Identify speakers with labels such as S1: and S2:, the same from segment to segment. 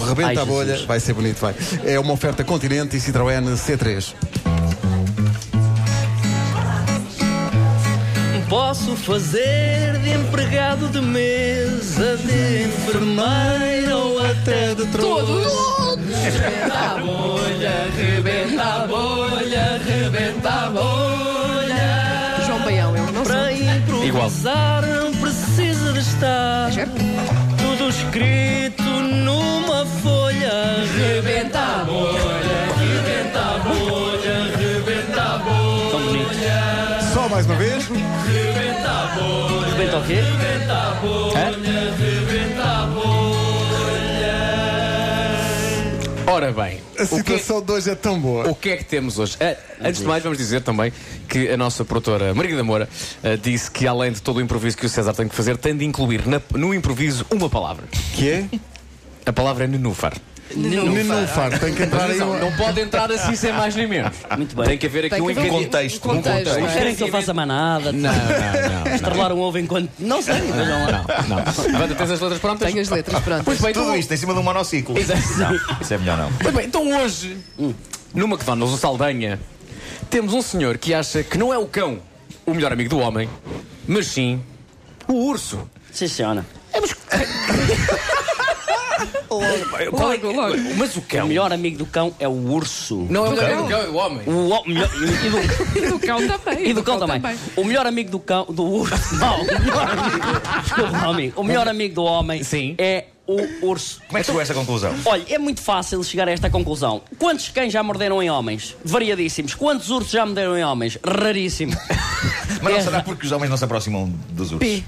S1: Rebenta
S2: Ai,
S1: a bolha,
S2: Jesus.
S1: vai ser bonito, vai. É uma oferta Continente e Citroën C3.
S2: Posso fazer de empregado de mesa, de enfermeira ou até de trono.
S3: Todos.
S2: Rebenta a bolha, rebenta a bolha, rebenta a bolha.
S3: João Baião, eu não sei.
S2: Para improvisar não precisa de estar tudo escrito numa folha. Rebenta a bolha, rebenta a bolha, rebenta a bolha. Tão bonito.
S1: Só mais uma vez.
S2: Rebenta o quê?
S4: Ora bem,
S1: A
S4: o que,
S1: situação de hoje é tão boa.
S4: o que é que temos hoje? Ah, antes de mais, vamos dizer também que a nossa produtora Margarida Moura ah, disse que, além de todo o improviso que o César tem que fazer, tem de incluir na- no improviso uma palavra.
S1: que é?
S4: A palavra é nenúfar.
S1: Nenúfar. Tem que entrar aí.
S4: Atenção,
S1: uma-
S4: não pode entrar assim sem mais nem menos.
S2: Muito bem.
S4: Tem que haver aqui
S3: Tem
S4: um
S3: que haver um
S4: encadeamento.
S5: contexto,
S3: um contexto.
S4: Um
S3: não é?
S2: Querem que eu faça manada?
S4: Não, não, não.
S2: Estrelar um ovo enquanto. Não sei, vejam lá.
S4: Não, não. Levanta, tens as letras prontas?
S3: Tenho as letras prontas.
S4: Pois bem, então,
S5: Tudo isto em cima de um monociclo. Não, isso é melhor não.
S4: pois bem, então hoje, numa que dá-nos o Saldanha, temos um senhor que acha que não é o cão o melhor amigo do homem, mas sim o urso.
S2: Sim, senhora.
S4: Qual é que-
S3: Logo, logo.
S4: Mas o
S2: O
S4: cão
S2: melhor amigo do cão é o urso.
S4: não é o melhor amigo do cão, é o homem.
S2: O, o melhor, e, do,
S3: E do cão também.
S2: e Tá do cão também. O melhor amigo do cão. Do urso. Não, o melhor amigo. Desculpa, lá, amigo. O melhor amigo do homem
S4: Sim.
S2: é o urso.
S5: Como é que chegou a esta conclusão?
S2: Olha, é muito fácil chegar a esta conclusão. Quantos cães já morderam em homens? Variadíssimos. Quantos ursos já morderam em homens? Raríssimo.
S5: Mas não
S2: É
S5: será porque os homens não se aproximam dos ursos?
S3: Pi.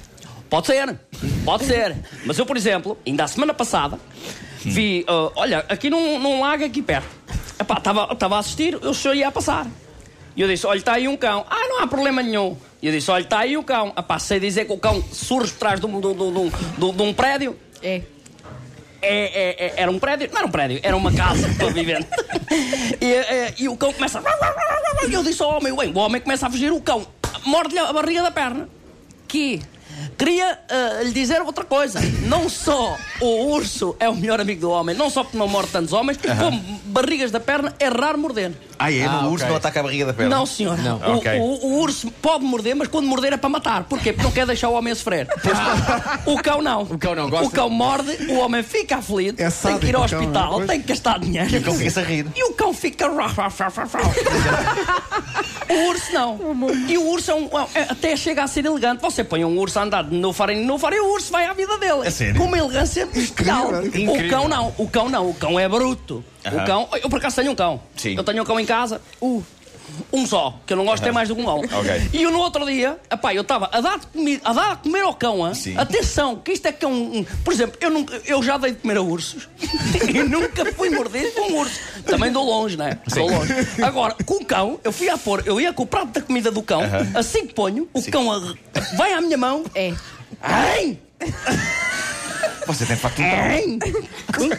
S2: Pode ser, pode ser. Mas eu, por exemplo, ainda a semana passada, vi, ah, olha, aqui num, num lago aqui perto. Estava a assistir, o senhor ia a passar. E eu disse, olha, está aí um cão. Ah, não há problema nenhum. E eu disse, olha, está aí um cão. Epá, sei dizer que o cão surge por trás de um, de um- de um- de um- de um prédio.
S3: É.
S2: É- é- é- era um prédio? Não era um prédio, era uma casa para vivente. e, é, e o cão começa. a- E eu disse ao homem, ué, o homem começa a fugir, o cão morde-lhe a barriga da perna.
S3: Que?
S2: Queria eh, lhe dizer outra coisa. Não só o urso é o melhor amigo do homem, não só porque não morde tantos homens, como barrigas da perna é raro morder.
S5: Ah, é?
S4: Ah,
S5: o urso
S4: ok.
S5: não ataca a barriga da perna?
S2: Não, senhor. O,
S4: Ok.
S2: o- o urso pode morder, mas quando morder é para matar. Porquê? Porque não quer deixar o homem sofrer. O cão não. O
S4: cão não gosta.
S2: O cão morde, o homem fica aflito,
S1: É
S2: tem que ir
S1: sádico
S2: ao
S1: o cão,
S2: hospital,
S1: não é? Pois.
S2: tem que gastar dinheiro.
S5: O cão fica-se a rir.
S2: E o cão fica. o urso não. E o urso é um- é- até chega a ser elegante. Você põe um urso a andar de nufar em nufar e o urso vai à vida dele.
S5: É sério?
S2: Com uma elegância bestial.
S1: Incrível,
S2: O cão não. O cão não. O cão é bruto. O
S5: Aham.
S2: cão. Eu por acaso tenho um cão.
S5: Sim.
S2: Eu tenho um cão em casa. Uh, um só, que eu não gosto de ter mais do que um cão.
S5: Ok.
S2: E eu, no outro dia, epá, eu estava a dar de comi- a dar a comer ao cão, hã?
S5: Sim.
S2: atenção, que isto é cão. um- Por exemplo, eu, nunca, eu já dei de comer a ursos e nunca fui mordido por um urso. Também dou longe, não é? Dou longe. Agora, com o cão, eu fui a pôr, eu ia com o prato da comida do cão, assim que ponho, o cão a- vai à minha mão.
S3: É.
S2: Ai!
S5: Você tem de facto um trauma.
S2: Ai!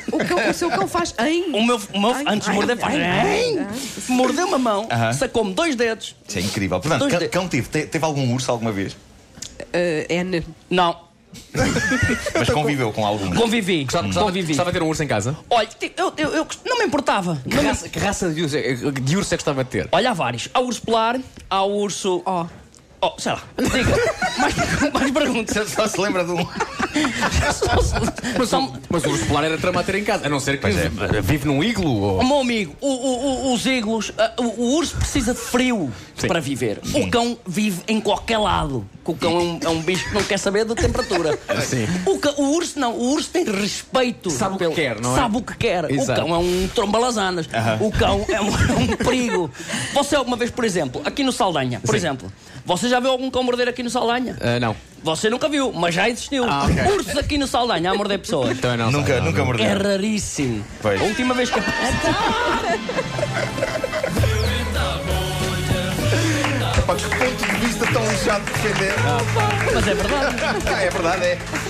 S3: O, o cão- o seu cão faz em.
S2: O meu, o meu
S3: Ai,
S2: antes de
S3: ai,
S2: morder, faz.
S3: ai, ai,
S2: Ai! Mordeu uma mão,
S5: Aham.
S2: sacou-me dois dedos.
S5: Isso é incrível. Portanto,
S2: Dois
S5: cão,
S2: de-
S5: cão tive. Te- Teve algum urso alguma vez?
S3: Eh, N.
S2: Não,
S5: Mas conviveu com algum.
S2: convivi.
S4: Gostava, gostava,
S2: Convivi.
S4: gostava de ter um urso em casa?
S2: Olha, te- eu, eu, eu gost- não me importava.
S4: Que raça, que raça de, urso, é- de urso é que gostava de ter?
S2: Olha, há vários. Há urso polar, há urso.
S3: Ó.
S2: Oh, sei lá. Diga. mais, mais perguntas.
S5: Só se lembra de um.
S2: Mas, são-
S4: Mas o urso polar era tramado ter em casa, a não ser que
S5: é.
S4: vive, vive num iglo
S2: Oh,
S4: ou...
S2: meu amigo, o- o- o- os iglos, ah, o, o urso precisa de frio
S4: Sim.
S2: para viver. O cão vive em qualquer lado. que O cão é um, é um bicho que não quer saber da temperatura.
S4: Ah, Sim.
S2: O, ca- o urso não, o urso tem respeito.
S4: Sabe o que quer, não é?
S2: Sabe o que quer.
S4: Exato.
S2: O cão é um trombalazanas. O cão é um, é um perigo. Você alguma vez, por exemplo, aqui no Saldanha, por exemplo, você já viu algum cão morder aqui no Saldanha?
S4: Ah, não.
S2: Você nunca viu, mas já existiu.
S4: Ah,
S2: Ursos aqui no Saldanha a morder pessoas.
S4: Então eu não sei,
S5: Nunca,
S4: não,
S5: nunca mordeu.
S2: É raríssimo.
S5: Pois.
S2: A última vez que
S5: Pá, que ponto de vista tão lixado de defender.
S2: Mas é verdade.
S5: é verdade, é.